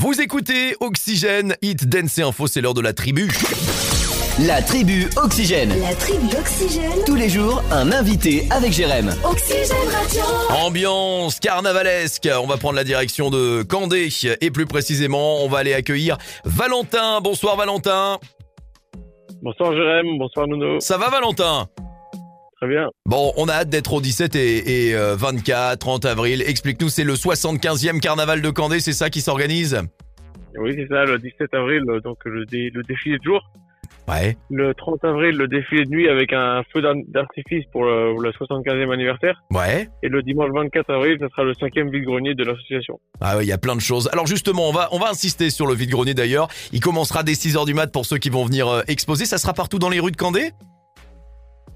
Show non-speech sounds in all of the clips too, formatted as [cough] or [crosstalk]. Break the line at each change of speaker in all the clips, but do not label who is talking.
Vous écoutez Oxygène, Hit Dance et Info, c'est l'heure de la tribu.
La tribu Oxygène.
La tribu Oxygène,
Tous les jours, un invité avec Jérém.
Oxygène Radio.
Ambiance carnavalesque, on va prendre la direction de Candé et plus précisément, on va aller accueillir Valentin. Bonsoir Valentin.
Bonsoir Jérém, bonsoir Nuno.
Ça va Valentin
Très bien.
Bon, on a hâte d'être au 17 et, et, euh, 24, 30 avril. Explique-nous, c'est le 75e carnaval de Candé, c'est ça qui s'organise
Oui, c'est ça, le 17 avril, euh, donc le, dé- le défilé de jour.
Ouais.
Le 30 avril, le défilé de nuit avec un feu d'ar- d'artifice pour le, pour le 75e anniversaire.
Ouais.
Et le dimanche 24 avril, ce sera le 5e vide-grenier de l'association.
Ah ouais, il y a plein de choses. Alors justement, on va on va insister sur le vide-grenier d'ailleurs. Il commencera dès 6h du mat pour ceux qui vont venir euh, exposer. Ça sera partout dans les rues de Candé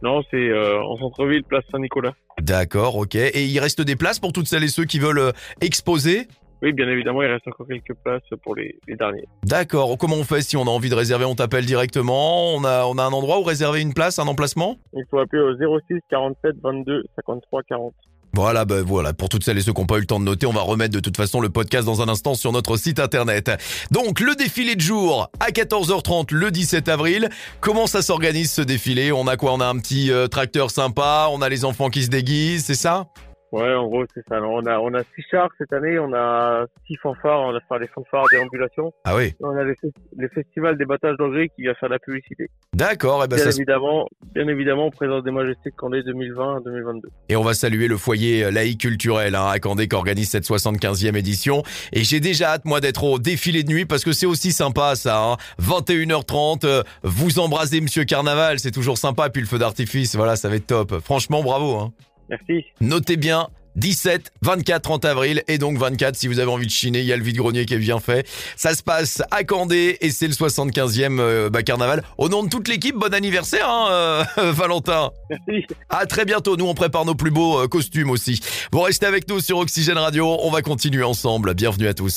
Non, c'est euh, en centre-ville, place Saint-Nicolas.
D'accord, ok. Et il reste des places pour toutes celles et ceux qui veulent euh, exposer
Oui, bien évidemment, il reste encore quelques places pour les, les derniers.
D'accord. Comment on fait si on a envie de réserver On t'appelle directement. On a, on a un endroit où réserver une place, un emplacement
Il faut appeler au 06 47 22 53 40.
Voilà, ben voilà. Pour toutes celles et ceux qui n'ont pas eu le temps de noter, on va remettre de toute façon le podcast dans un instant sur notre site internet. Donc, le défilé de jour à 14h30 le 17 avril. Comment ça s'organise ce défilé On a quoi On a un petit euh, tracteur sympa, on a les enfants qui se déguisent, c'est ça
Ouais, en gros, c'est ça. Alors, on a, on a six chars cette année, on a six fanfares, on va faire des fanfares déambulations.
Ah oui.
On a les, fes- les festivals des battages d'engrais qui va faire la publicité.
D'accord, et, ben
bien,
ça se-
évidemment, bien évidemment, on présente des majestés de Candé 2020-2022.
et on va saluer le foyer euh, laïque culturel hein, à Candé qui organise cette 75e édition. Et j'ai déjà hâte, moi, d'être au défilé de nuit parce que c'est aussi sympa, ça. hein. 21h30, euh, vous embrasez Monsieur Carnaval, c'est toujours sympa. Et puis le feu d'artifice, voilà, ça va être top. Franchement, bravo. hein.
Merci.
Notez bien 17, 24, 30 avril et donc 24 si vous avez envie de chiner, il y a le vide-grenier qui est bien fait. Ça se passe à Candé et c'est le 75e euh, bah, carnaval. Au nom de toute l'équipe, bon anniversaire hein, euh, [laughs] Valentin.
Merci.
À très bientôt, nous on prépare nos plus beaux euh, costumes aussi. Vous restez avec nous sur Oxygène Radio, on va continuer ensemble. Bienvenue à tous.